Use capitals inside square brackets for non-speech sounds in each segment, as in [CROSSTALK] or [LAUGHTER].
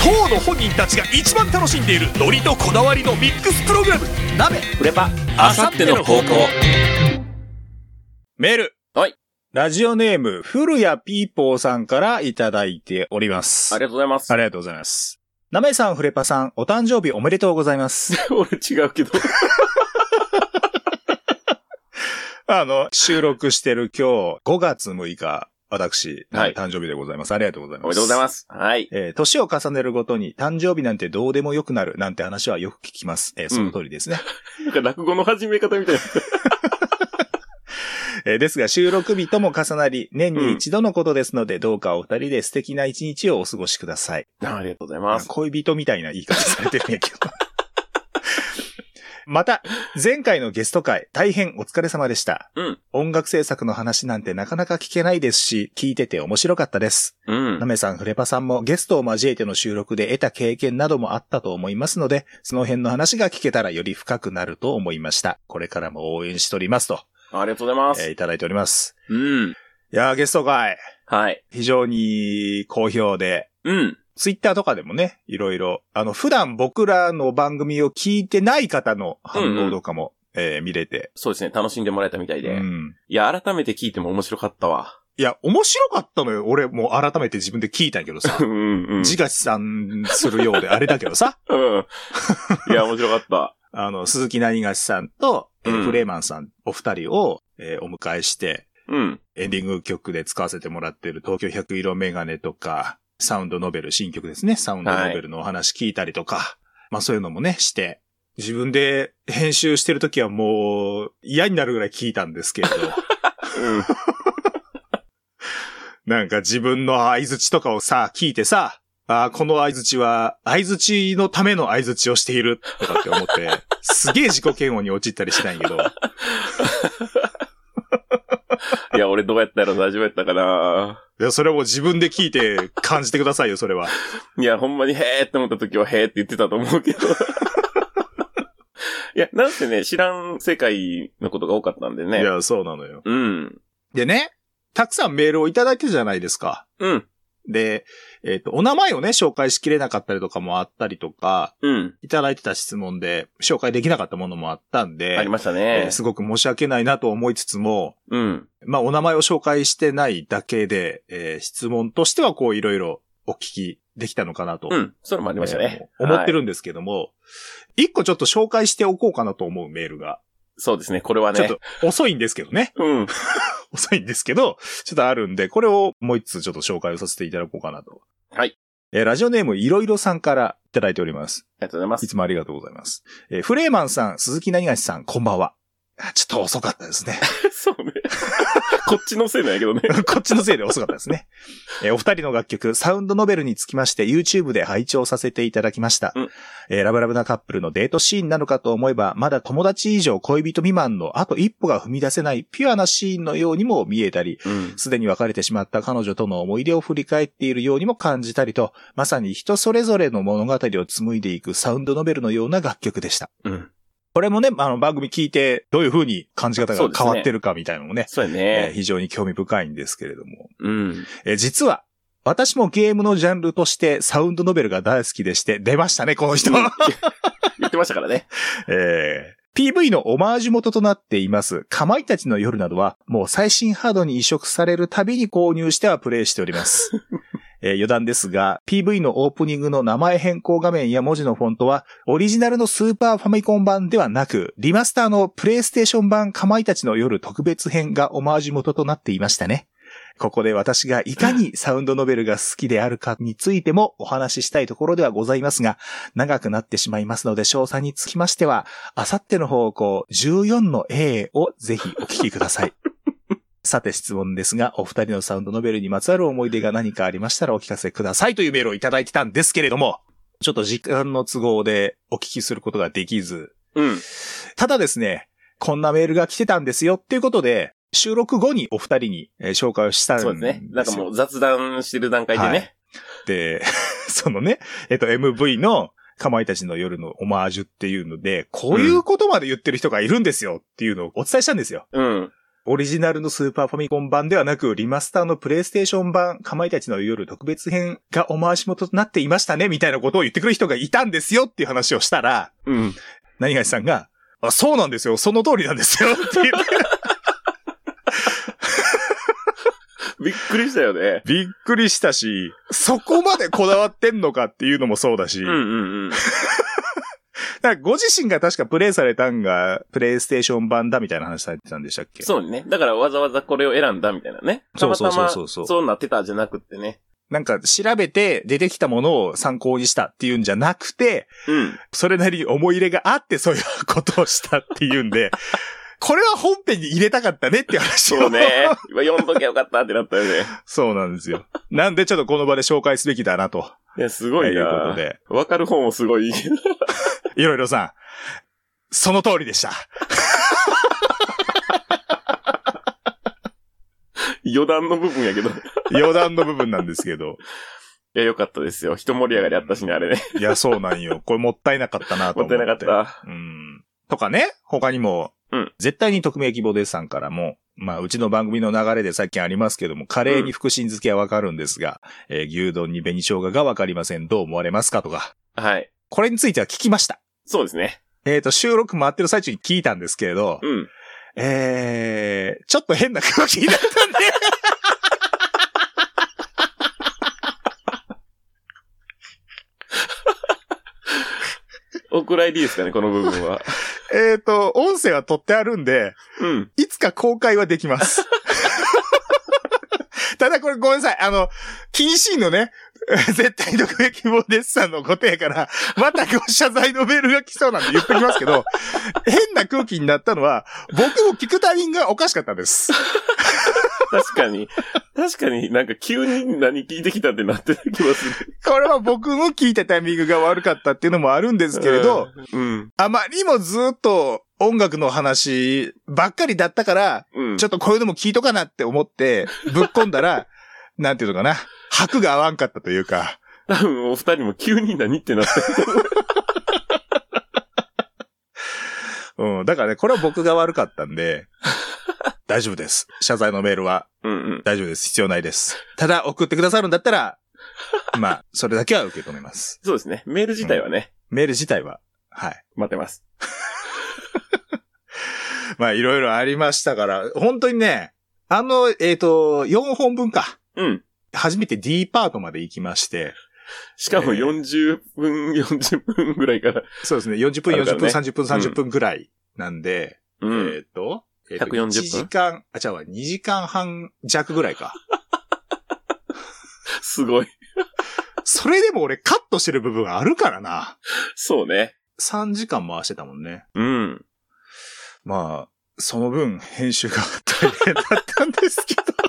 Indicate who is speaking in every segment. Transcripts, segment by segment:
Speaker 1: 人たちが一番楽しんでいるノリとこだわりのミックスプログラム鍋
Speaker 2: フレパ
Speaker 3: あさっての方向
Speaker 4: メール。
Speaker 2: はい。
Speaker 4: ラジオネーム、古谷ピーポーさんからいただいております。
Speaker 2: ありがとうございます
Speaker 4: あ。りがとうございます。なめさん、フレパさん、お誕生日おめでとうござ
Speaker 2: [LAUGHS]
Speaker 4: います。
Speaker 2: 俺違うけど。
Speaker 4: あの、収録してる今日、5月6日、私、
Speaker 2: はい
Speaker 4: 誕生日でございます。ありがとうございます。
Speaker 2: おめでとうございます。はい。
Speaker 4: えー年を重ねるごとに誕生日なんてどうでもよくなるなんて話はよく聞きます。えーその通りですね。 [LAUGHS]
Speaker 2: なんか落語の始め方みたいな。
Speaker 4: えーですが収録日とも重なり、年に一度のことですので、どうかお二人で素敵な一日をお過ごしください。
Speaker 2: あありがとうございます。
Speaker 4: 恋人みたいな言い方されてるんやけど。 [LAUGHS] また、前回のゲスト会、大変お疲れ様でした。
Speaker 2: うん
Speaker 4: 音楽制作の話なんてなかなか聞けないですし、聞いてて面白かったです。
Speaker 2: うん
Speaker 4: な。めさん、フレパさんもゲストを交えての収録で得た経験などもあったと思いますので、その辺の話が聞けたらより深くなると思いました。これからも応援しておりますと、
Speaker 2: ありがとうございま
Speaker 4: えー
Speaker 2: す。
Speaker 4: いただいております。
Speaker 2: うん。
Speaker 4: いやー、ゲスト会、
Speaker 2: はい。
Speaker 4: 非常に好評で、
Speaker 2: うん。
Speaker 4: ツイッターとかでもね、いろいろ、あの、普段僕らの番組を聞いてない方の反応とかも、えー見れて、
Speaker 2: そうですね。楽しんでもらえたみたいうで。
Speaker 4: ん。
Speaker 2: いや、改めて聞いても面白かったわ。。
Speaker 4: いや、面白かったのよ。俺もう改めて自分で聞いたんやけどさ
Speaker 2: うんうん。
Speaker 4: 自画自賛するようであれだけど
Speaker 2: [LAUGHS]
Speaker 4: さ。
Speaker 2: うん。いや、面白かっ
Speaker 4: あの、鈴木なにがしさんと、えー
Speaker 2: うん
Speaker 4: フレーマンさん、お二人を、えーお迎えして、
Speaker 2: た。うん。
Speaker 4: エンディング曲で使わせてもらってる東京百色メガネとか、サウンドノベル、新曲ですね。サウンドノベルのお話聞いたりとか、まあそういうのもね、して、自分で編集してるときはもう嫌になるぐらい聞いたんですけれど、
Speaker 2: うん。
Speaker 4: なんか自分の合図とかをさ、聞いてさ、あーこの合図は、合図のための合図をしているとかって思って、すげえ自己嫌悪に陥ったりしたんやけど、
Speaker 2: いや、俺どうやったやろ大丈夫やったかない
Speaker 4: や、それはもう自分で聞いて感じてくださいよ、それは。
Speaker 2: いや、ほんまにへーって思った時はへーって言ってたと思う [LAUGHS] けど。いや、なんせね、知らん世界のことが多かったんで
Speaker 4: い
Speaker 2: ね。
Speaker 4: や、そうなのよ。
Speaker 2: うん。
Speaker 4: でね、たくさんメールをいただいてるじゃないですか。
Speaker 2: うん。
Speaker 4: で、えっ、と、お名前をね、紹介しきれなかったりとかもあったりとか、
Speaker 2: うん。
Speaker 4: いただいてた質問で、紹介できなかったものもあったんで、
Speaker 2: ありました
Speaker 4: え
Speaker 2: ね
Speaker 4: ー。すごく申し訳ないなと思いつつも、
Speaker 2: うん。
Speaker 4: まあ、お名前を紹介してないだけで、えー質問としてはこう、いろいろお聞きできたのかなと。
Speaker 2: うん。それもありましたね。
Speaker 4: えー思って
Speaker 2: はい。
Speaker 4: るんですけども、一、個ちょっと紹介しておこうかなと思うメールが、
Speaker 2: そうですね、これはね。
Speaker 4: ちょっと遅いんですけどね。
Speaker 2: うん。
Speaker 4: [LAUGHS] 遅いんですけど、ちょっとあるんで、これをもう一つちょっと紹介をさせていただこうかなと。
Speaker 2: はい。
Speaker 4: えーラジオネームいろいろさんからいただいております。
Speaker 2: ありがとうございま
Speaker 4: い
Speaker 2: す。
Speaker 4: つもありがとうございます。えーフレーマンさん、鈴木何がしさん、こんばんは。あちょっと遅かったですね。 [LAUGHS]
Speaker 2: そうね。 [LAUGHS] こっちのせいなんやけどね。
Speaker 4: こっちのせいで遅かったですね。えーお二人の楽曲、サウンドノベルにつきまして YouTube で拝聴させていただきました。
Speaker 2: うん
Speaker 4: えーラブラブなカップルのデートシーンなのかと思えば、まだ友達以上恋人未満のあと一歩が踏み出せないピュアなシーンのようにも見えたり、
Speaker 2: うん。
Speaker 4: すでに別れてしまった彼女との思い出を振り返っているようにも感じたりと、まさに人それぞれの物語を紡いでいくサウンドノベルのような楽曲でした。
Speaker 2: うん。
Speaker 4: これもね、あの番組聞いてどういう風に感じ方
Speaker 2: そう
Speaker 4: が
Speaker 2: ですね
Speaker 4: 変わってるかみたいなのもね、
Speaker 2: そうや
Speaker 4: えー
Speaker 2: ね。
Speaker 4: 非常に興味深いんですけれども。
Speaker 2: うん。
Speaker 4: えー実は、私もゲームのジャンルとしてサウンドノベルが大好きでして、出ましたね、この人。
Speaker 2: 言ってましたからね。
Speaker 4: えー PV のオマージュ元となっています、かまいたちの夜などは、もう最新ハードに移植されるたびに購入してはプレイしております。えー余談ですが、PV のオープニングの名前変更画面や文字のフォントは、オリジナルのスーパーファミコン版ではなく、リマスターのプレイステーション版かまいたちの夜特別編がオマージュ元となっていましたね。ここで私がいかにサウンドノベルが好きであるかについてもお話ししたいところではございますが、長くなってしまいますので、詳細につきましては、あさっての方向14の A をぜひお聞きく
Speaker 2: [LAUGHS]
Speaker 4: ださい。さて質問ですが、お二人のサウンドノベルにまつわる思い出が何かありましたらお聞かせくださいというメールをいただいてたんですけれども、ちょっと時間の都合でお聞きすることができず、
Speaker 2: うん。
Speaker 4: ただですね、こんなメールが来てたんですよっていうことで、収録後にお二人にえー紹介をしたんです
Speaker 2: そ
Speaker 4: よ。
Speaker 2: うですね。なんかもう雑談してる段階でね。
Speaker 4: で、 [LAUGHS] そのね、えっと、MV の、かまいたちの夜のオマージュっていうので、こういうことまで言ってる人がいるんですよっていうのをお伝えしたんですよ。
Speaker 2: うん。
Speaker 4: オリジナルのスーパーファミコン版ではなく、リマスターのプレイステーション版、かまいたちの夜特別編がお回し元となっていましたね、みたいなことを言ってくる人がいたんですよっていう話をしたら、
Speaker 2: うん。
Speaker 4: 何がしさんが、あ、そうなんですよ、その通りなんですよって言って、
Speaker 2: [LAUGHS] びっくりしたよね。
Speaker 4: びっくりしたし、そこまでこだわってんのかっていうのもそうだし、
Speaker 2: うんうんうん。
Speaker 4: だからご自身が確かプレイされたんが、プレイステーション版だみたいな話されてたんでしたっけ
Speaker 2: そうね。だからわざわざこれを選んだみたいなね。た
Speaker 4: そう
Speaker 2: ま
Speaker 4: そう
Speaker 2: た
Speaker 4: そう
Speaker 2: ま
Speaker 4: そうそう
Speaker 2: そうなってたじゃなくってね。
Speaker 4: なんか調べて出てきたものを参考にしたっていうんじゃなくて、
Speaker 2: うん。
Speaker 4: それなりに思い入れがあってそういうことをしたっていうんで、
Speaker 2: [LAUGHS]
Speaker 4: これは本編に入れたかったねっていう話を。
Speaker 2: そうね。今読んどきゃよかったってなったよね。
Speaker 4: そうなんですよ。なんでちょっとこの場で紹介すべきだなと。
Speaker 2: いや、す
Speaker 4: と
Speaker 2: ごい
Speaker 4: [LAUGHS] いう
Speaker 2: な。
Speaker 4: ことで、
Speaker 2: わかる方もすごいい [LAUGHS] いけど。
Speaker 4: いろいろさん、その通りでした。
Speaker 2: 余談の部分やけど。 [LAUGHS] い
Speaker 4: 余談の部分なんですけど。
Speaker 2: や、よかったですよ。一盛り上がりあったしね、あれね。
Speaker 4: いや、そうなんよ。これもったいなかったなと
Speaker 2: も
Speaker 4: 思
Speaker 2: っ
Speaker 4: って。
Speaker 2: たいなかった。
Speaker 4: うん。とかね、他にも、
Speaker 2: うん
Speaker 4: 絶対に匿名希望ですさんからも、まあ、うちの番組の流れでさっきありますけども、カレーに福神漬けはわかるんですが、えー牛丼に紅生姜がわかりません。どう思われますかとか、
Speaker 2: はい。
Speaker 4: これについては聞きました。
Speaker 2: そうですね。
Speaker 4: えっ、と、収録回ってる最中に聞いたんですけれど、
Speaker 2: うん。
Speaker 4: えー、ちょっと変な空気になったんで、
Speaker 2: お蔵入りですかね、この部分は。
Speaker 4: [LAUGHS] えっと、音声は取ってあるんで、
Speaker 2: [LAUGHS] うん。
Speaker 4: いつか公開はでき
Speaker 2: [LAUGHS]
Speaker 4: ます。ただこれごめんなさい。あの、禁止のね、絶対特別希望ですさんのことやから、またご謝罪のメールが来そうなんで言っときますけ
Speaker 2: [LAUGHS]
Speaker 4: ど、変な空気になったのは、僕も聞くタイミングがおかしかったです。
Speaker 2: 確かに。確かになんか急に何聞いてきたってなってた気がする。
Speaker 4: これは僕の聞いたタイミングが悪かったっていうのもあるんですけれど、
Speaker 2: うん。
Speaker 4: あまりにもずっと音楽の話ばっかりだったから、
Speaker 2: うん。
Speaker 4: ちょっとこういうのも聞いとかなって思
Speaker 2: [LAUGHS]
Speaker 4: って、ぶっ込んだら、なんていうのかな、拍が合わんかったというか、
Speaker 2: 多分お二人も急に何ってなった。
Speaker 4: うん、だからね、これは僕が悪かったん
Speaker 2: [LAUGHS]
Speaker 4: で、大丈夫です。謝罪のメールは
Speaker 2: [LAUGHS] うんうん。
Speaker 4: 大丈夫です。必要ないです。ただ、送ってくださるんだったら、まあ、それだけは受け止めます。
Speaker 2: そうですね。メール自体はね、
Speaker 4: メール自体は、はい。
Speaker 2: 待ってます。
Speaker 4: まあ、いろいろありましたから、本当にね、あの、えっ、と、4本分か。
Speaker 2: うん。
Speaker 4: 初めて D パートまで行きまして、
Speaker 2: しかも
Speaker 4: えー
Speaker 2: 40分、40分ぐらいから。
Speaker 4: そうですね、40分、
Speaker 2: あるか
Speaker 4: 40
Speaker 2: ら
Speaker 4: 分、
Speaker 2: ね
Speaker 4: 30分、30分ぐらいなんで、
Speaker 2: う
Speaker 4: え
Speaker 2: ん。
Speaker 4: っと、えーと
Speaker 2: 140分
Speaker 4: 1時間、あ、違うわ、2時間半弱ぐらいか。 [LAUGHS]
Speaker 2: すごい。
Speaker 4: それでも俺カットしてる部分あるからな。
Speaker 2: そうね。
Speaker 4: 3時間回してたもんね。
Speaker 2: うん。
Speaker 4: まあ、その分編集が大変だったんですけど。 [LAUGHS]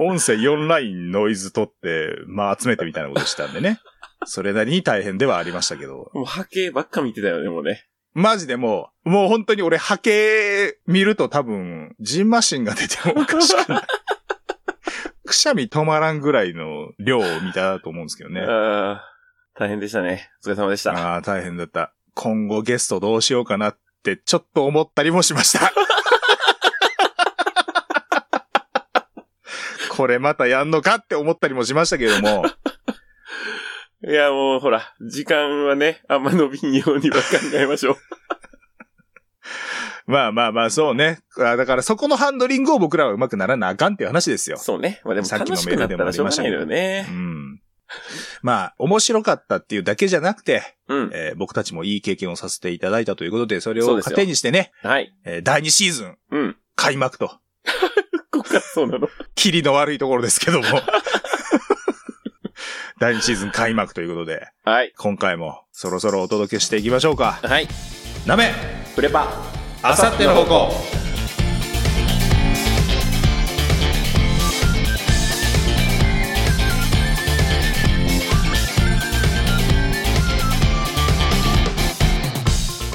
Speaker 4: 音声4ラインノイズ取って、まあ集めてみたいなことしたんでね。それなりに大変ではありましたけど。
Speaker 2: もう波形ばっか見てたよね、もうね。
Speaker 4: マジでもう、もう本当に俺波形見ると多分、ジンマシンが出てもおかしくない。くしゃみ止まらんぐらいの量を見たと思うんですけどね。
Speaker 2: [LAUGHS] あー大変でしたね。お疲れ様でした。
Speaker 4: ああ、大変だった。今後ゲストどうしようかなって、ちょっと思ったりもしました。これまたやんのかって思ったりもしましたけれども、
Speaker 2: いや、もうほら、時間はね、あんま伸びんようには考えまし
Speaker 4: [LAUGHS]
Speaker 2: ょう。
Speaker 4: まあまあまあ、そうね。あだからそこのハンドリングを僕らはうまくならなあかんっていう話ですよ。
Speaker 2: そうね。まあでも
Speaker 4: さっき
Speaker 2: 楽
Speaker 4: の
Speaker 2: しくなったらしょうがないのよ
Speaker 4: う
Speaker 2: ね。
Speaker 4: ん。まあ、面白かったっていうだけじゃなくて、
Speaker 2: うん。
Speaker 4: えー僕たちもいい経験をさせていただいたということで、それ
Speaker 2: そう
Speaker 4: を
Speaker 2: ですよ
Speaker 4: 糧にしてね、
Speaker 2: はい。
Speaker 4: えー第2シーズン
Speaker 2: うん。
Speaker 4: 開幕と、
Speaker 2: こっからそうなの。 [LAUGHS]
Speaker 4: キリの悪いところですけども。 [LAUGHS] 第2シーズン開幕ということで、
Speaker 2: はい。
Speaker 4: 今回もそろそろお届けしていきましょうか。
Speaker 2: はい。
Speaker 4: なめ
Speaker 2: プレパ。
Speaker 4: あさっての方向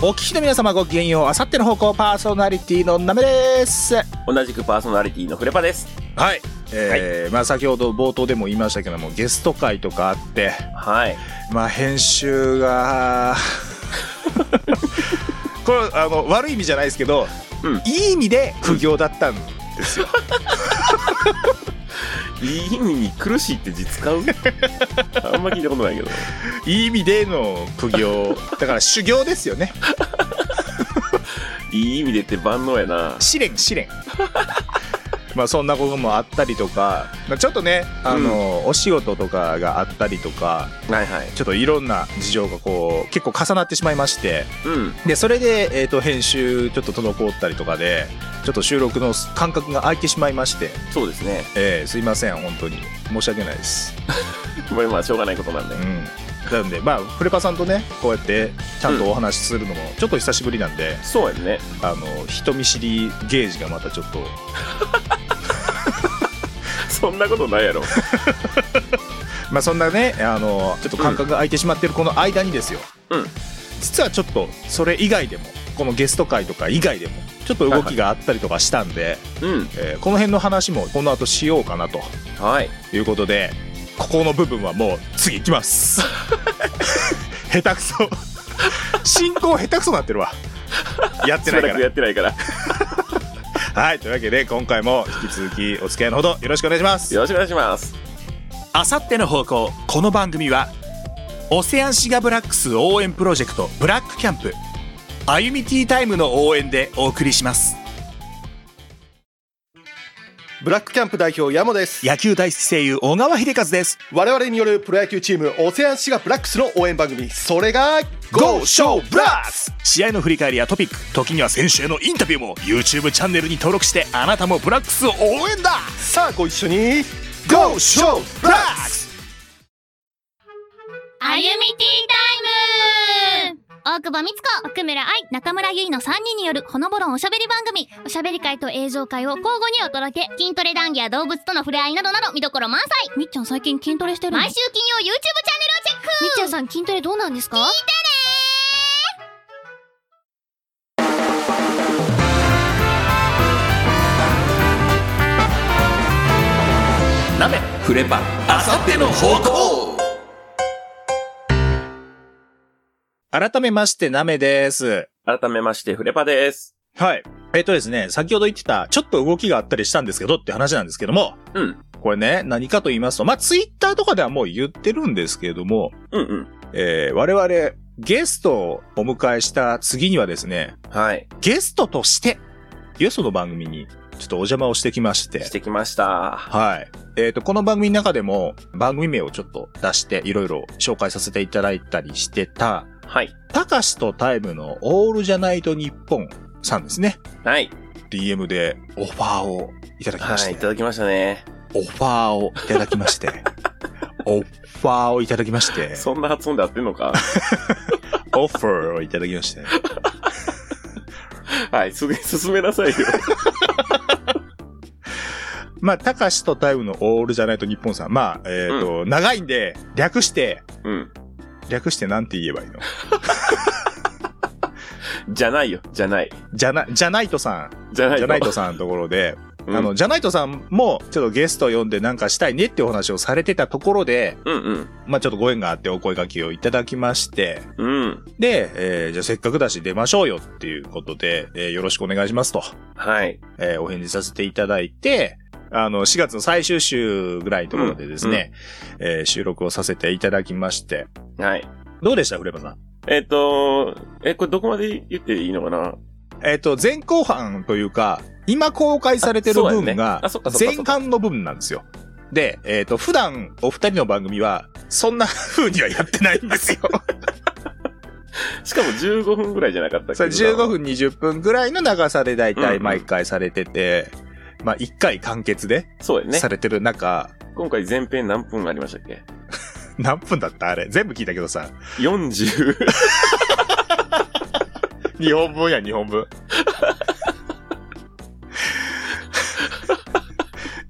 Speaker 4: お聞きの皆様ごきげんよう。あさっての方向パーソナリティのなめです。
Speaker 2: 同じくパーソナリティのフレパです。
Speaker 4: はい。えーまあ先ほど冒頭でも言いましたけども、ゲスト会とかあって、
Speaker 2: はい。
Speaker 4: まあ編
Speaker 2: [LAUGHS]
Speaker 4: 集が、これ、あの、悪い意味じゃないですけど、
Speaker 2: うん
Speaker 4: いい意味で苦行だったん
Speaker 2: いい意味に苦しいって字
Speaker 4: [LAUGHS]
Speaker 2: 使うあんま聞いたことないけど。
Speaker 4: いい意味での苦行。だから修行ですよね。
Speaker 2: いい意味でって万能やな。
Speaker 4: 試練、
Speaker 2: [LAUGHS]
Speaker 4: 試練。まあそんなこともあったりとか、まあちょっとね、あの、お仕事とかがあったりとか、
Speaker 2: はいはい。
Speaker 4: ちょっといろんな事情がこう、結構重なってしまいまして、
Speaker 2: うん。
Speaker 4: で、それで、えっ、と、編集ちょっと滞ったりとかで、ちょっと収録の間隔が空いてしまいまして、
Speaker 2: そうですね。
Speaker 4: えーすいません、本当に。申し訳ないです。
Speaker 2: まあまあ、しょうがないことなんで
Speaker 4: う。ん。なんで、まあ、フレパさんとね、こうやって、ちゃんとお話しするのも、ちょっと久しぶりなんで、
Speaker 2: そうやんね。
Speaker 4: あの人見知りゲージがまたちょっと
Speaker 2: そんなことないやろ。
Speaker 4: まあそんなねあのちょっと間隔が空いてしまってるこの間にですよ、
Speaker 2: うん
Speaker 4: 実はちょっとそれ以外でもこのゲスト会とか以外でもちょっと動きがあったりとかしたんで、
Speaker 2: うん。
Speaker 4: えーこの辺の話もこの後しようかなと
Speaker 2: はい。
Speaker 4: いうことでここの部分はもう次行きます
Speaker 3: [LAUGHS]
Speaker 4: 下手くそ進行下手くそなってるわやって
Speaker 2: しば
Speaker 4: ないから
Speaker 2: くや
Speaker 4: ら
Speaker 2: ってないから。
Speaker 4: はいというわけで今回も引き続きお付き合いのほどよろしくお願いします
Speaker 2: [LAUGHS] よろしくお願いします。
Speaker 1: あさっての方向この番組はオセアンシガブラックス応援プロジェクトブラックキャンプ歩みティータイムの応援でお送りします
Speaker 3: ブラックキャンプ代表ヤモです
Speaker 1: 野球大好き声優小川秀和です
Speaker 3: 我々によるプロ野球チームオセアンシガブラックスの応援番組それが GO!
Speaker 1: GO SHOW BLAST 試合の振り返りやトピック時には選手へのインタビューも YouTube チャンネルに登録してあなたもブラックスを応援だ
Speaker 3: さあご一緒に
Speaker 1: GO SHOW BLAST
Speaker 5: あゆみティータイム大久保美津子、奥村愛、中村ゆいの3人によるほのぼろんおしゃべり番組。おしゃべり会と映像会を交互にお届け。筋トレ談義や動物との触れ合いなどなど見どころ満載。みっちゃん最近筋トレしてる毎週金曜 YouTube チャンネルをチェックみっちゃんさん筋トレどうなんですか聞いてね
Speaker 1: なめフレパあさっての方向
Speaker 4: 改めまして、ナメです。
Speaker 2: 改めまして、フレパです。
Speaker 4: はい。えっとですね、先ほど言ってた、ちょっと動きがあったりしたんですけどって話なんですけども、
Speaker 2: うん。
Speaker 4: これね、何かと言いますと、まあ、ツイッターとかではもう言ってるんですけれども、
Speaker 2: うんうん。
Speaker 4: えー、我々、ゲストをお迎えした次にはですね、
Speaker 2: はい。
Speaker 4: ゲストとして、ゲストの番組に、ちょっとお邪魔をしてきまして
Speaker 2: し、てきました。
Speaker 4: はい。えっ、と、この番組の中でも、番組名をちょっと出して、いろいろ紹介させていただいたりしてた、
Speaker 2: はい。
Speaker 4: たかしとタイムのオールじゃないと日本さんですね。
Speaker 2: はい。
Speaker 4: DM でオファーをいただきまし
Speaker 2: は
Speaker 4: て、
Speaker 2: い。いただきましたね。
Speaker 4: オファーをいただきまして、
Speaker 2: [LAUGHS]
Speaker 4: オファーをいただきまして、
Speaker 2: そんな発音で合ってんのか。
Speaker 4: オファーをいただきまして、
Speaker 2: [LAUGHS] はい。すぐに進めな [LAUGHS] さいよ。
Speaker 4: まあ、たかしとタイムのオールじゃないと日本さん、まあ、えっ、と、長いんで、略して、
Speaker 2: うん。
Speaker 4: 略してなんて言えばいいの
Speaker 2: じゃないよ。じゃない。
Speaker 4: じゃな、じゃないとさん、
Speaker 2: じゃない
Speaker 4: じゃないと
Speaker 2: と。
Speaker 4: さんのところで、
Speaker 2: うん
Speaker 4: あの、じゃないとさんも、ちょっとゲスト呼んでなんかしたいねってお話をされてたところで、
Speaker 2: うん
Speaker 4: まあ、ちょっとご縁があってお声掛けをいただきまして、
Speaker 2: うん。うん。
Speaker 4: で、えーじゃあせっかくだし出ましょうよっていうことで、えーよろしくお願いしますと、
Speaker 2: はい。
Speaker 4: えーお返事させていただいて、あの、4月の最終週ぐらいのところでですね、えー収録をさせていただきまして、
Speaker 2: はい。
Speaker 4: どうでした、フレパさん。
Speaker 2: えっと、え、これどこまで言っていいのかな
Speaker 4: えっ、と、前後半というか、今公開されてる
Speaker 2: あそうだよね
Speaker 4: 分が
Speaker 2: あそっか、そっかそっ
Speaker 4: 前
Speaker 2: か
Speaker 4: 半の部分なんですよ。で、えっ、と、普段お二人の番組は、そんな風にはやってないんですよ。
Speaker 2: しかも15分ぐらいじゃなかったっけ
Speaker 4: それ15。分20分ぐらいの長さで大体毎回されてて、まあ1回完結で
Speaker 2: そうやね
Speaker 4: さ。れてる中、
Speaker 2: 今回前編何分ありましたっけ
Speaker 4: 何分だったあれ全部聞いたけどさ
Speaker 2: ?40。
Speaker 4: 日本分や日本分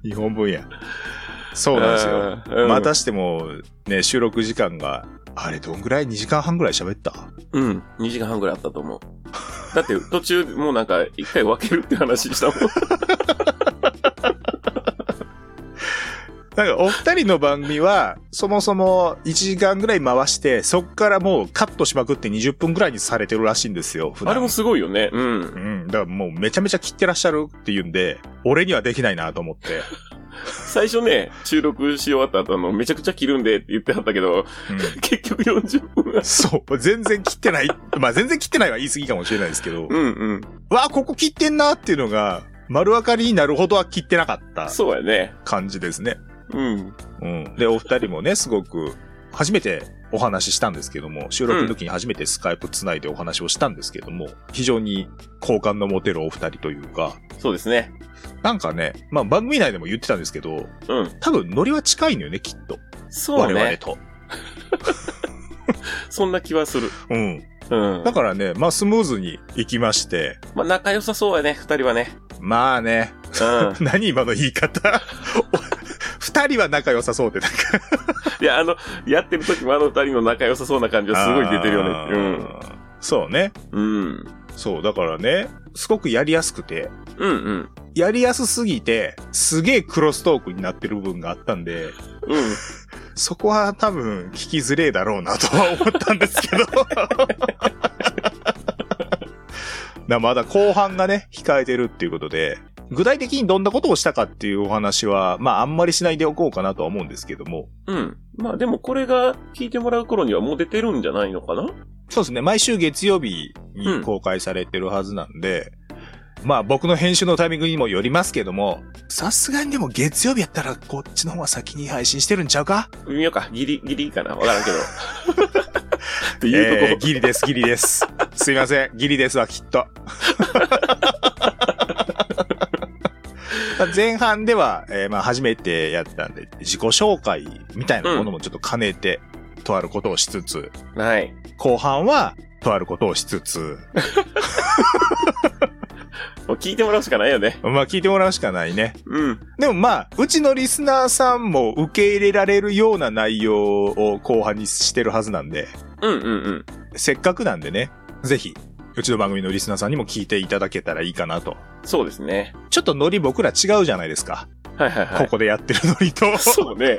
Speaker 4: 日本分やそうなんですよ、
Speaker 2: うん
Speaker 4: またしてもね収録時間があれどんぐらい2時間半ぐらい喋った
Speaker 2: うん。2時間半ぐらいあったと思う。だって途中もうなんか一回分けるって話したもん。
Speaker 4: なんかお二人の番組は、そもそも1時間ぐらい回して、そっからもうカットしまくって20分ぐらいにされてるらしいんですよ、普段
Speaker 2: あれもすごいよね。うん
Speaker 4: う。ん、だからもうめちゃめちゃ切ってらっしゃるって言うんで、俺にはできないなと思って。
Speaker 2: 最初ね、収録し終わった後、あの、めちゃくちゃ切るんでって言ってはったけど、
Speaker 4: うん
Speaker 2: 結局40分は。
Speaker 4: そう、全然切ってない。まあ全然切ってないは言い過ぎかもしれないですけど、
Speaker 2: うんうん。
Speaker 4: わあ、ここ切ってんなっていうのが、丸分かりになるほどは切ってなかった
Speaker 2: そうやね。
Speaker 4: 感じですね。
Speaker 2: うん。
Speaker 4: うん。で、お二人もね、すごく、初めてお話ししたんですけども、収録の時に初めてスカイプ繋いでお話をしたんですけども、非常に好感の持てるお二人というか、
Speaker 2: そうですね。
Speaker 4: なんかね、まあ番組内でも言ってたんですけど、
Speaker 2: うん。
Speaker 4: 多分ノリは近いのよね、きっと。
Speaker 2: そう
Speaker 4: 我々
Speaker 2: ね。
Speaker 4: と。
Speaker 2: そんな気はする。
Speaker 4: うん。
Speaker 2: うん
Speaker 4: だ。からね、まあスムーズに行きまして、
Speaker 2: まあ、仲良さそうやね、二人はね。
Speaker 4: まあね、 [LAUGHS]
Speaker 2: [LAUGHS] うん。
Speaker 4: 何今の言い方 [LAUGHS] 二人は仲良さそうで、なんか。
Speaker 2: いや、あの、やってる時もあの二人の仲良さそうな感じはすごい出てるよね。
Speaker 4: あー。そうね。
Speaker 2: うん。うん。
Speaker 4: そう、だからね、すごくやりやすくて、
Speaker 2: うんうん。
Speaker 4: やりやすすぎて、すげえクロストークになってる部分があったんで、
Speaker 2: うん。
Speaker 4: そこは多分聞きづれえだろうなとは思ったんですけど。 [LAUGHS] なまだ後半がね、控えてるっていうことで、具体的にどんなことをしたかっていうお話は、まああんまりしないでおこうかなとは思うんですけども。
Speaker 2: うん。まあでもこれが聞いてもらう頃にはもう出てるんじゃないのかな
Speaker 4: そうですね、毎週月曜日に公開されてるはずなんで、まあ僕の編集のタイミングにもよりますけども、さすがにでも月曜日やったらこっちの方が先に配信してるんちゃうか
Speaker 2: 見ようか。ギリ、ギリかなわからんけど。っていうとこ、
Speaker 4: えーギリです、ギリ
Speaker 2: [LAUGHS]
Speaker 4: です。すいません、ギリですわ、きっと。前半では、えーまあ、初めてやったんで、自己紹介みたいなものもちょっと兼ねて、とあることをしつつ、
Speaker 2: はい。
Speaker 4: 後半は、とあることをしつつ、
Speaker 2: もう聞いてもらうしかないよね。
Speaker 4: まあ、聞いてもらうしかないね。
Speaker 2: うん。
Speaker 4: でもまあ、うちのリスナーさんも受け入れられるような内容を後半にしてるはずなんで、
Speaker 2: うんうん
Speaker 4: せっかくなんでね、ぜひ、うちの番組のリスナーさんにも聞いていただけたらいいかなと。
Speaker 2: うん。そうですね。
Speaker 4: ちょっとノリ僕ら違うじゃないですか。
Speaker 2: はいはいは
Speaker 4: こ
Speaker 2: い。
Speaker 4: こでやってるノ
Speaker 2: [LAUGHS]
Speaker 4: リと。
Speaker 2: そうね。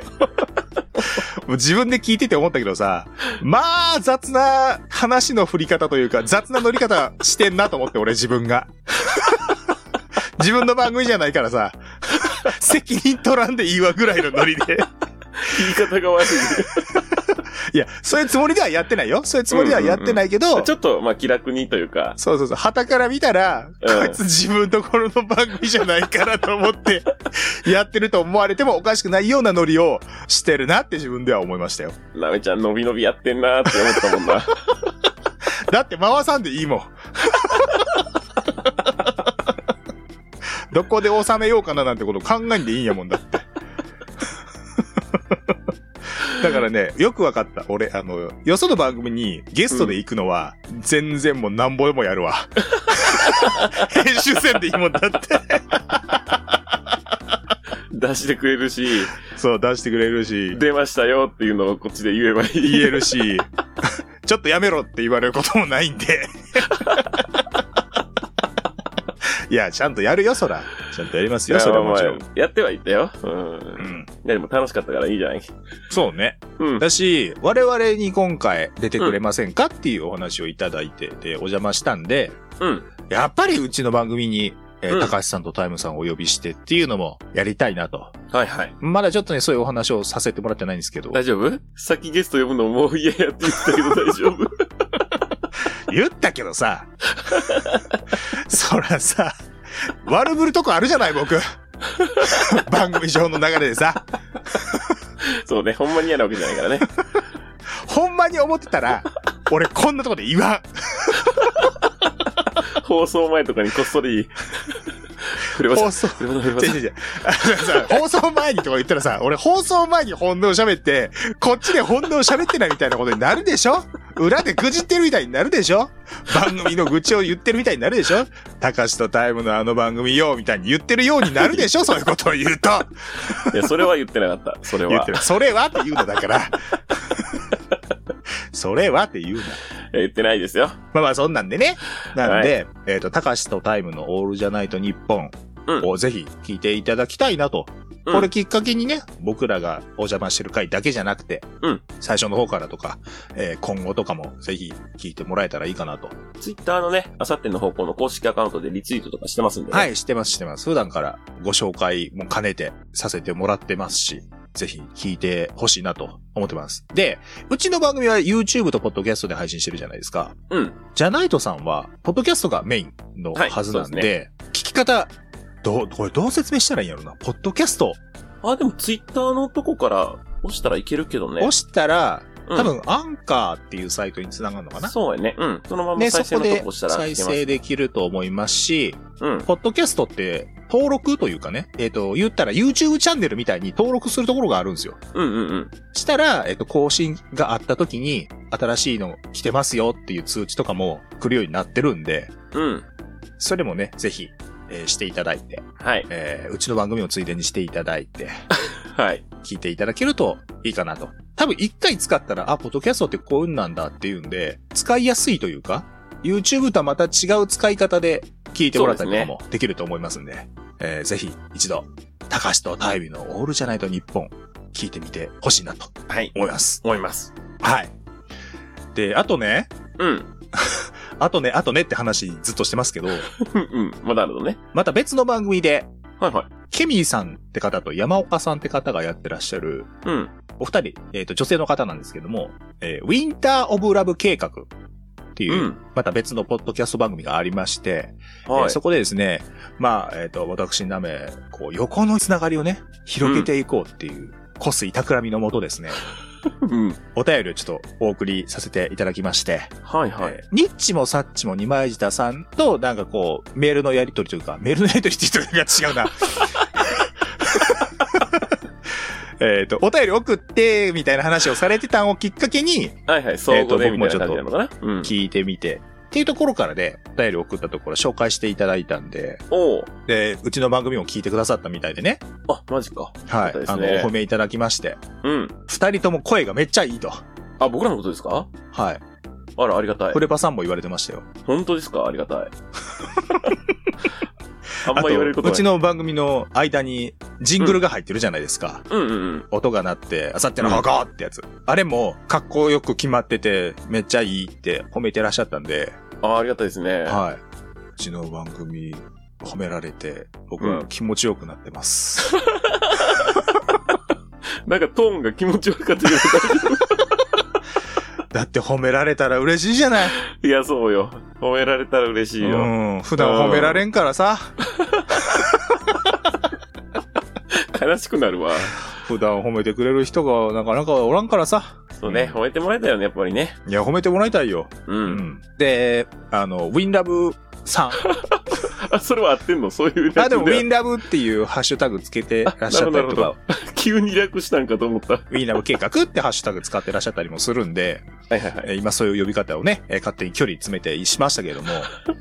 Speaker 4: もう自分で聞いてて思ったけどさ、まあ雑な話の振り方というか、雑な乗り方してんなと思って、俺自分
Speaker 2: [LAUGHS]
Speaker 4: が。自分の番組じゃないからさ、 [LAUGHS] 責任取らんでいいわぐらいのノリ
Speaker 2: 言
Speaker 4: で。
Speaker 2: い方が悪い。
Speaker 4: いや、そういうつもりではやってないよ。そういうつもりではやってないけど、
Speaker 2: ちょっと、まあ気楽にというか。
Speaker 4: そうそうそう。旗から見たら、
Speaker 2: うん
Speaker 4: こいつ自分ところの番組じゃないからと思って、やってると思われてもおかしくないようなノリをしてるなって自分では思いましたよ。
Speaker 2: なめちゃん、のびのびやってんなーって思ったもんな。
Speaker 4: だって回さんでいいもん。どこで収めようかななんてこと考えんでいいんやもんだって。だからね、よくわかった。俺、あの、よその番組にゲストで行くのは、全然もうなんぼでもやるわ。編集せんでいいもんだって。
Speaker 2: 出してくれるし、
Speaker 4: そう、出してくれるし、
Speaker 2: 出ましたよっていうのをこっちで言えばいい。
Speaker 4: 言えるし、 [LAUGHS] ちょっとやめろって言われることもないんで。 [LAUGHS] いや、ちゃんとやるよ、そら。ちゃんとやりますよ、それはもちろん
Speaker 2: ま。あまあやってはいったよ。うん。
Speaker 4: う
Speaker 2: い
Speaker 4: ん。
Speaker 2: や、でも楽しかったからいいじゃない。
Speaker 4: そうね。
Speaker 2: うん。
Speaker 4: だし、我々に今回出てくれませんかっていうお話をいただいて、で、お邪魔したんで、
Speaker 2: うん。
Speaker 4: やっぱりうちの番組に、えー
Speaker 2: うん
Speaker 4: 高橋さんとタイムさんをお呼びしてっていうのもやりたいなと。
Speaker 2: はいはい。
Speaker 4: まだちょっとね、そういうお話をさせてもらってないんですけど。
Speaker 2: 大丈夫先ゲスト呼ぶのもう嫌やって言ったけど大丈夫
Speaker 4: 言ったけどさ。そらさ、悪ぶるとこあるじゃない、僕。番組上の流れでさ。
Speaker 2: [LAUGHS] そうね、ほんまに嫌なわけじゃない [LAUGHS] からね。
Speaker 4: ほんまに思ってたら、俺こんなとこで言わん。
Speaker 2: 放送前とかにこっそり、フレバさ
Speaker 4: 放
Speaker 2: ん、
Speaker 4: 送。
Speaker 2: フレバさん、フレバ
Speaker 4: 違
Speaker 2: さ
Speaker 4: う違う違うあのさ放送前にとか言ったらさ、俺放送前に本音を喋って、こっちで本音を喋ってないみたいなことになるでしょ裏で愚痴ってるみたいになるでしょ番組の愚痴を言ってるみたいになるでしょたかしとタイムのあの番組よ、みたいに言ってるようになるでしょそういうことを言うと。
Speaker 2: ん。 [LAUGHS] いや、それは言ってなかった。それ
Speaker 4: 言っ
Speaker 2: は
Speaker 4: て。る。それはって言うのだから。 [LAUGHS] それはって言うな。
Speaker 2: え言ってないですよ。
Speaker 4: まあまあそんなんでね。なんで、えっ、と、たかしとタイムのオールじゃないと日本
Speaker 2: うん
Speaker 4: をぜひ聞いていただきたいなと
Speaker 2: うん
Speaker 4: これきっかけにね、僕らがお邪魔してる回だけじゃなくて、
Speaker 2: うん
Speaker 4: 最初の方からとか、えー今後とかもぜひ聞いてもらえたらいいかなと。
Speaker 2: ツイッターのね、あさっての方向の公式アカウントでリツイートとかしてますんで、ね。
Speaker 4: は。い、してます、してます。普段からご紹介も兼ねてさせてもらってますし、ぜひ聞いてほしいなと思ってます。で、うちの番組は YouTube と Podcast で配信してるじゃないですか。
Speaker 2: うん。
Speaker 4: じゃないとさんは、ポッドキャストがメインのはずなんで、
Speaker 2: はいそう
Speaker 4: 聞き方、どう、これどう説明したらいいんやろな。ポッドキャスト
Speaker 2: あ、でもツイッターのとこから押したらいけるけどね。
Speaker 4: 押したら、
Speaker 2: うん
Speaker 4: 多分、アンカーっていうサイトに繋がるのかな。
Speaker 2: そうやね。うん。そのまま
Speaker 4: ね、
Speaker 2: 再
Speaker 4: そ
Speaker 2: 生
Speaker 4: こ
Speaker 2: のと
Speaker 4: で
Speaker 2: こ押したらい
Speaker 4: 再
Speaker 2: けます。
Speaker 4: 生できると思いますし、
Speaker 2: うん。
Speaker 4: ポッドキャストって登録というかね、えっ、と、言ったら YouTube チャンネルみたいに登録するところがあるんですよ。
Speaker 2: うんうんうん。
Speaker 4: したら、えっ、と、更新があった時に、新しいの来てますよっていう通知とかも来るようになってるんで、
Speaker 2: うん。
Speaker 4: それもね、ぜひ、えーしていただいて、
Speaker 2: はい。
Speaker 4: えーうちの番組をついでにしていただいて、
Speaker 2: はい。
Speaker 4: 聞いていただけるといいかなと。多分一回使ったら、あ、ポッドキャストってこういうんなんだっていうんで、使いやすいというか、YouTube とはまた違う使い方で聞いてもらったりとかもできると思いますんで、えーぜひ一度、高橋とタイビのオールじゃないと日本、聞いてみてほしいなと
Speaker 2: はい。
Speaker 4: 思います。
Speaker 2: 思います。
Speaker 4: はい。で、あとね、
Speaker 2: うん。
Speaker 4: あとね、あとねって話ずっとしてますけど、
Speaker 2: うんうん。まだあるのね。
Speaker 4: また別の番組で、
Speaker 2: はいはい。
Speaker 4: ケミーさんって方と山岡さんって方がやってらっしゃる、
Speaker 2: うん。
Speaker 4: お二人、えっ、と、女性の方なんですけども、えーウィンター・オブ・ラブ計画っていう、
Speaker 2: うん
Speaker 4: また別のポッドキャスト番組がありまして、え
Speaker 2: は
Speaker 4: ー
Speaker 2: い。
Speaker 4: そこでですね、まあ、えっ、と、私のめ、こう、横のつながりをね、広げていこうっていう、コスイタクラミのもとですね、
Speaker 2: うん。
Speaker 4: お便りをちょっとお送りさせていただきまして、
Speaker 2: はいは
Speaker 4: え
Speaker 2: い。
Speaker 4: ーニッチもサッチも二枚舌さんと、なんかこう、メールのやりとりというか、 [LAUGHS] メールのやりとりって言ってるのが違う [LAUGHS] な。えっと、お便り送って、みたいな話をされてたんをきっかけに、
Speaker 2: はいはい。総合
Speaker 4: え
Speaker 2: で
Speaker 4: ーと
Speaker 2: みたいな感じなのかな。うん。
Speaker 4: 聞いてみて、っていうところからで、お便り送ったところ紹介していただいたんで、
Speaker 2: おう
Speaker 4: で、うちの番組も聞いてくださったみたいでね、
Speaker 2: あ、マジか。
Speaker 4: はい、
Speaker 2: そうです
Speaker 4: あの、お
Speaker 2: ね
Speaker 4: 褒めいただきまして、
Speaker 2: うん。
Speaker 4: 二人とも声がめっちゃいいと。
Speaker 2: あ、僕らのことですか
Speaker 4: はい。
Speaker 2: あら、ありがたい
Speaker 4: フ。レパさんも言われてましたよ。
Speaker 2: 本当ですかありがた [LAUGHS] い。あんま言われることな
Speaker 4: あう
Speaker 2: い。
Speaker 4: ちの番組の間にジングルが入ってるじゃないですか。
Speaker 2: うんうんうん。
Speaker 4: 音が鳴って、あさっての方向ってやつ。あれも、かっこよく決まってて、めっちゃいいって褒めてらっしゃったんで、
Speaker 2: あありがたいですね。
Speaker 4: はい。うちの番組、褒められて、僕は気持ちよくなってます。 [LAUGHS]
Speaker 2: なんかトーンが気持ち悪かったけ
Speaker 4: だって褒められたら嬉しいじゃない。
Speaker 2: [LAUGHS] ど。いや、そうよ。褒められたら嬉しいよ。
Speaker 4: うん。普段褒められんからさ。
Speaker 2: 悲しくなるわ。
Speaker 4: 普段褒めてくれる人がなかなかおらんからさ。
Speaker 2: そうね、
Speaker 4: う
Speaker 2: 褒めてもらえたよね、やっぱりね。
Speaker 4: んいや、褒めてもらいたいよ。
Speaker 2: う。
Speaker 4: うんん。で、あの、ウィンラブ
Speaker 2: [LAUGHS]
Speaker 4: さん。
Speaker 2: あ、それは合ってんのそういう略
Speaker 4: あ、でも、ウィ
Speaker 2: ン
Speaker 4: ンラブっていうハッシュタグつけてらっしゃ
Speaker 2: あ
Speaker 4: ったりと
Speaker 2: なる
Speaker 4: か、
Speaker 2: [LAUGHS] 急に略したんかと思った。は
Speaker 4: ウィンラブ計画ってハッシュタグ使ってらっしゃったりもするんで、
Speaker 2: いはいは
Speaker 4: え
Speaker 2: い。
Speaker 4: ー今そういう呼び方をね、えー勝手に距離詰めてしましたけれども、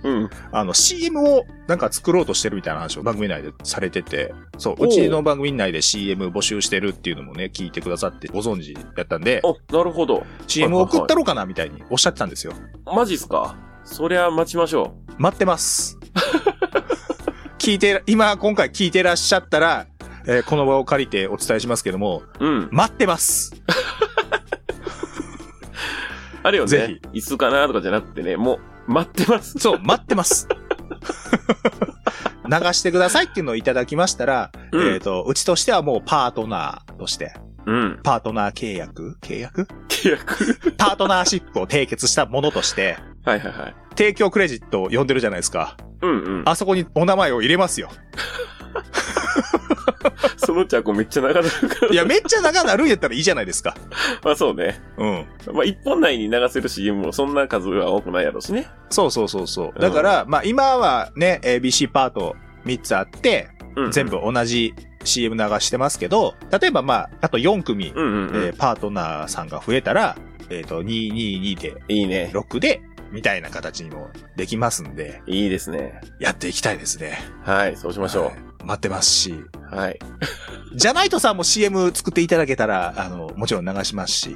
Speaker 2: うん。
Speaker 4: あの、CM をなんか作ろうとしてるみたいな話を番組内でされてて、そう、うちの番組内で CM 募集してるっていうのもね、聞いてくださってご存知だったんで、
Speaker 2: お、なるほど。
Speaker 4: CM を送ったろうかなみたいにおっしゃってたんですよ。
Speaker 2: マジっすかそりゃ待ちましょ
Speaker 4: 待ってます。 [LAUGHS] 聞いて、今、今回聞いてらっしゃったら、えーこの場を借りてお伝えしますけども、
Speaker 2: う。うん。
Speaker 4: 待ってます
Speaker 2: あれよね。
Speaker 4: ぜ
Speaker 2: いつかなとかじゃなくてね、もう、待ってます。
Speaker 4: そう、待っ
Speaker 2: [LAUGHS]
Speaker 4: てます。流してくださいっていうのをいただきましたら、
Speaker 2: うん
Speaker 4: えっ、と、うちとしてはもうパートナーとして、
Speaker 2: うん。
Speaker 4: パートナー契約契約
Speaker 2: 契約。
Speaker 4: パートナーシップを締結したものとして、
Speaker 2: はいはいはい。
Speaker 4: 提供クレジットを呼んでるじゃないですか。
Speaker 2: うんうん。
Speaker 4: あそこにお名前を入れますよ。
Speaker 2: そのチャコめっちゃ長なるから。
Speaker 4: いや、めっちゃ長なるんやったらいいじゃないですか。
Speaker 2: まあそうね。
Speaker 4: うん。
Speaker 2: まあ一本内に流せる CM もそんな数は多くないやろうしね。
Speaker 4: そうそうそうそう。だから、まあ今はね、ABC パート3つあって、
Speaker 2: うん。
Speaker 4: 全部。同じ CM 流してますけど、例えばまあ、あと4組
Speaker 2: うんうん、うん
Speaker 4: えーパートナーさんが増えたら、えっ、と、222で、
Speaker 2: いいね。
Speaker 4: 6で、みたいな形にもできますんで、
Speaker 2: いいですね。
Speaker 4: やっていきたいですね。
Speaker 2: はい、そうしましょ
Speaker 4: はい待ってますし、
Speaker 2: う。はい。 [LAUGHS]
Speaker 4: ジャナイトさんも CM 作っていただけたら、あの、もちろん流しますし、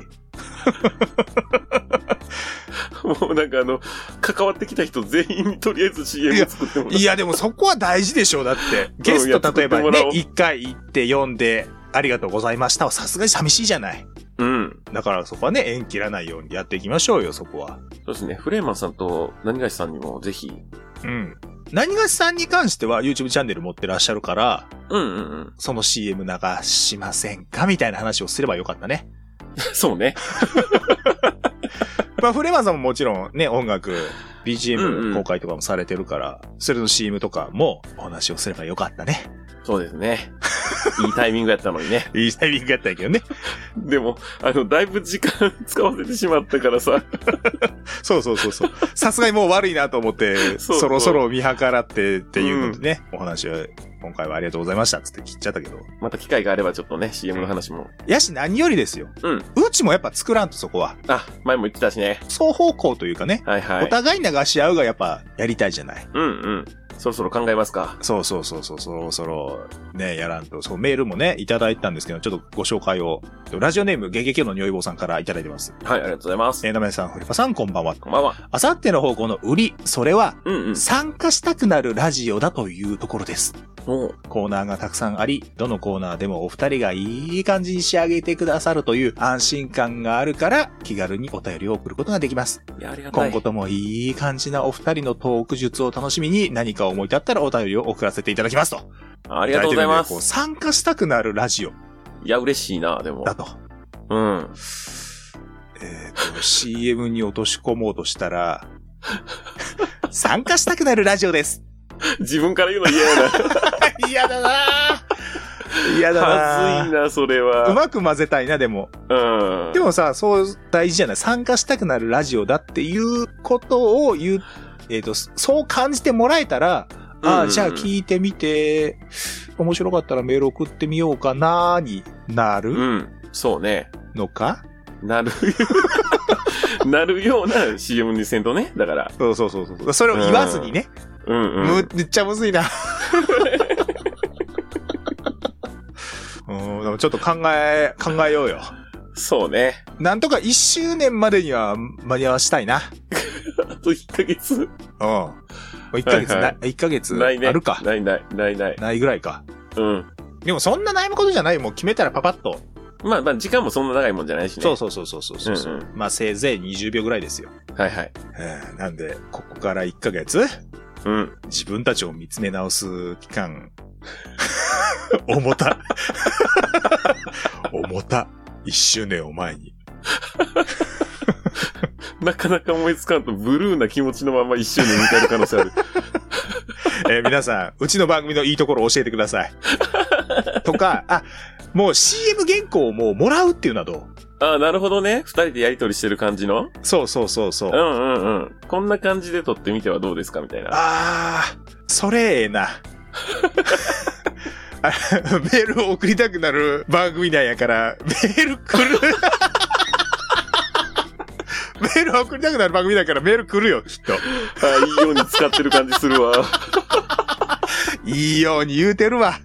Speaker 2: もうなんかあの、関わってきた人全員にとりあえず CM 作ってもらう
Speaker 4: いや、でもそこは大事でしょう。だって、 [LAUGHS] ゲスト例えば
Speaker 2: うんいや作ってもらお
Speaker 4: ね、
Speaker 2: う
Speaker 4: 一回行って読んで、ありがとうございましたはさすがに寂しいじゃない。
Speaker 2: うん。
Speaker 4: だからそこはね、縁切らないようにやっていきましょうよ、そこは。
Speaker 2: そうですね。フレーマンさんと何がしさんにもぜひ。
Speaker 4: うん。何がしさんに関しては YouTube チャンネル持ってらっしゃるから、
Speaker 2: うんうんうん。
Speaker 4: その CM 流しませんかみたいな話をすればよかったね。
Speaker 2: [LAUGHS] そうね。
Speaker 4: まあ、フレマンさんももちろんね、音楽、
Speaker 2: うんう
Speaker 4: BGM
Speaker 2: ん
Speaker 4: 公開とかもされてるから、それの CM とかもお話をすればよかったね。
Speaker 2: そうですね。いいタイミングやったのにね。
Speaker 4: いいタイミングやったんやけどね。
Speaker 2: [LAUGHS] でも、あの、だいぶ時間使わせてしまったからさ。
Speaker 4: そうそうそ
Speaker 2: [LAUGHS]
Speaker 4: うそう。さすがにもう悪いなと思って、
Speaker 2: そう
Speaker 4: そろそろ見計らってっていうのでね、お話を今回はありがとうございましたっつって切っちゃったけど。
Speaker 2: また機会があればちょっとね、CM の話も。
Speaker 4: やし何よりですよ。
Speaker 2: うん
Speaker 4: うちもやっぱ作らんとそこは。
Speaker 2: あ、前も言ってたしね。
Speaker 4: 双方向というかね、
Speaker 2: はいは
Speaker 4: お
Speaker 2: い。
Speaker 4: 互い流し合うがやっぱやりたいじゃない。
Speaker 2: うんうん。そろそろ考えますか。
Speaker 4: そうそうそうそう、そろそろね、やらんと。そう、メールもね、いただいたんですけど、ちょっとご紹介を。ラジオネーム、ゲゲゲの匂い棒さんからいただいてます。
Speaker 2: はい、ありがとうございます。
Speaker 4: えー、なめさん、フリパさん、こんばんは。
Speaker 2: こんばんは。
Speaker 4: あさっての方向の売り、それは、
Speaker 2: うんうん。
Speaker 4: 参加したくなるラジオだというところです。
Speaker 2: おう
Speaker 4: コーナーがたくさんあり、どのコーナーでもお二人がいい感じに仕上げてくださるという安心感があるから、気軽にお便りを送ることができます。
Speaker 2: いや、ありがた
Speaker 4: 今
Speaker 2: い。
Speaker 4: 後ともいい感じなお二人のトーク術を楽しみに、何か思い立ったらお便りを送らせていただきますと。
Speaker 2: ありがとうございま
Speaker 4: こう
Speaker 2: す。
Speaker 4: 参加したくなるラジオ
Speaker 2: いや、嬉しいな、でも。
Speaker 4: だと。
Speaker 2: うん。
Speaker 4: えっ、と、CM に落とし込もうとしたら、参加したくなるラジ
Speaker 2: [LAUGHS]
Speaker 4: オです。
Speaker 2: 自分から言うの嫌 [LAUGHS] やな。
Speaker 4: 嫌だな嫌だ
Speaker 2: はずい
Speaker 4: な
Speaker 2: な、それ
Speaker 4: う
Speaker 2: は。
Speaker 4: まく混ぜたいな、でも。
Speaker 2: うん。
Speaker 4: でもさ、そう、大事じゃない。参加したくなるラジオだっていうことを言う、えっ、と、そう感じてもらえたら、
Speaker 2: うんうん
Speaker 4: あ
Speaker 2: う
Speaker 4: あ、
Speaker 2: ん
Speaker 4: じゃあ聞いてみて、面白かったらメール送ってみようかなにな
Speaker 2: う
Speaker 4: る
Speaker 2: ん。そうね。
Speaker 4: のか、
Speaker 2: なる。 [LAUGHS] なるような CM にせんとね。だから。
Speaker 4: そうそうそうそう。それを言わずにね。
Speaker 2: うんうん。
Speaker 4: むめっちゃむずいな。 [LAUGHS] うん、でもちょっと考え、考えようよ。
Speaker 2: そうね。
Speaker 4: なんとか1周年までには間に合わしたいな。
Speaker 2: あと1ヶ月。
Speaker 4: うん。もう1ヶ月な、
Speaker 2: はい
Speaker 4: 1ヶ月
Speaker 2: ないね。
Speaker 4: あるか。
Speaker 2: ないない、ないない。
Speaker 4: ないぐらいか。
Speaker 2: うん。
Speaker 4: でもそんな悩むことじゃないよもう決めたらパパッと。
Speaker 2: まあまあ、時間もそんな長いもんじゃないしね。
Speaker 4: そうそうそうそうそうそう、
Speaker 2: うんう
Speaker 4: まあせいぜい20秒ぐらいですよ。
Speaker 2: はいはい。
Speaker 4: えーなんで、ここから1ヶ月、
Speaker 2: うん。
Speaker 4: 自分たちを見つめ直す期間。 [LAUGHS] 重た。 [LAUGHS] 重た。一周年を前に。
Speaker 2: なかなか思いつかんと、ブルーな気持ちのまま一周年迎える可能性ある。 [LAUGHS]
Speaker 4: えー皆さん、うちの番組のいいところを教えてください。とか、あ、もう CM 原稿をもうもらうっていうのはどう
Speaker 2: ああ、なるほどね。二人でやりとりしてる感じの。
Speaker 4: そうそうそうそう。
Speaker 2: うん
Speaker 4: あ
Speaker 2: うんうん。こんな感じで撮ってみてはどうですかみたいな。
Speaker 4: あー、それええな。あメールを送りたくなる番組なんやから、メール来る。メールを送りたくなる番組だからメール来るよ、きっと。
Speaker 2: ああ、いいように使ってる感じするわ。 [LAUGHS]
Speaker 4: いいように言うてるわ。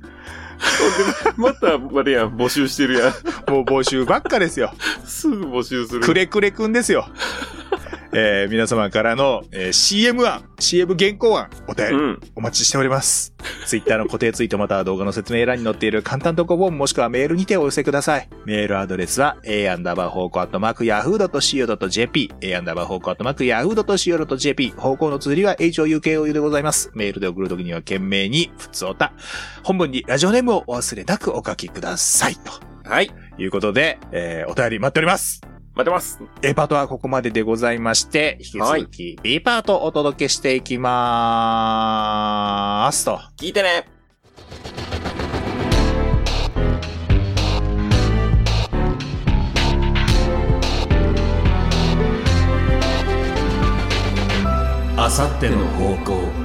Speaker 2: また、あれやん、募集してるやん。
Speaker 4: もう募集ばっかですよ。
Speaker 2: すぐ募集する。
Speaker 4: くれくれくんですよ。えー皆様からの、えー CM 案、CM 原稿案、お便
Speaker 2: う
Speaker 4: り
Speaker 2: ん。
Speaker 4: お待ちしております。ツイッターの固定ツイートまたは動画の説明欄に載っている簡単投稿フォームもしくはメールにてお寄せください。メールアドレスは a アンダーバー方向アットマーク yahoo.co.jp a アンダーバー方向アットマーク yahoo.co.jp 方向の綴りは houkou でございます。メールで送るときには懸命に、ふつおた、本文にラジオネームをお忘れなくお書きください。と
Speaker 2: はい。
Speaker 4: いうことで、えーお便り待っております。
Speaker 2: 待ってます。
Speaker 4: A パートはここまででございまして、引き続き B パートをお届けしていきまーすと。
Speaker 2: 聞いてね。
Speaker 1: あさっての方向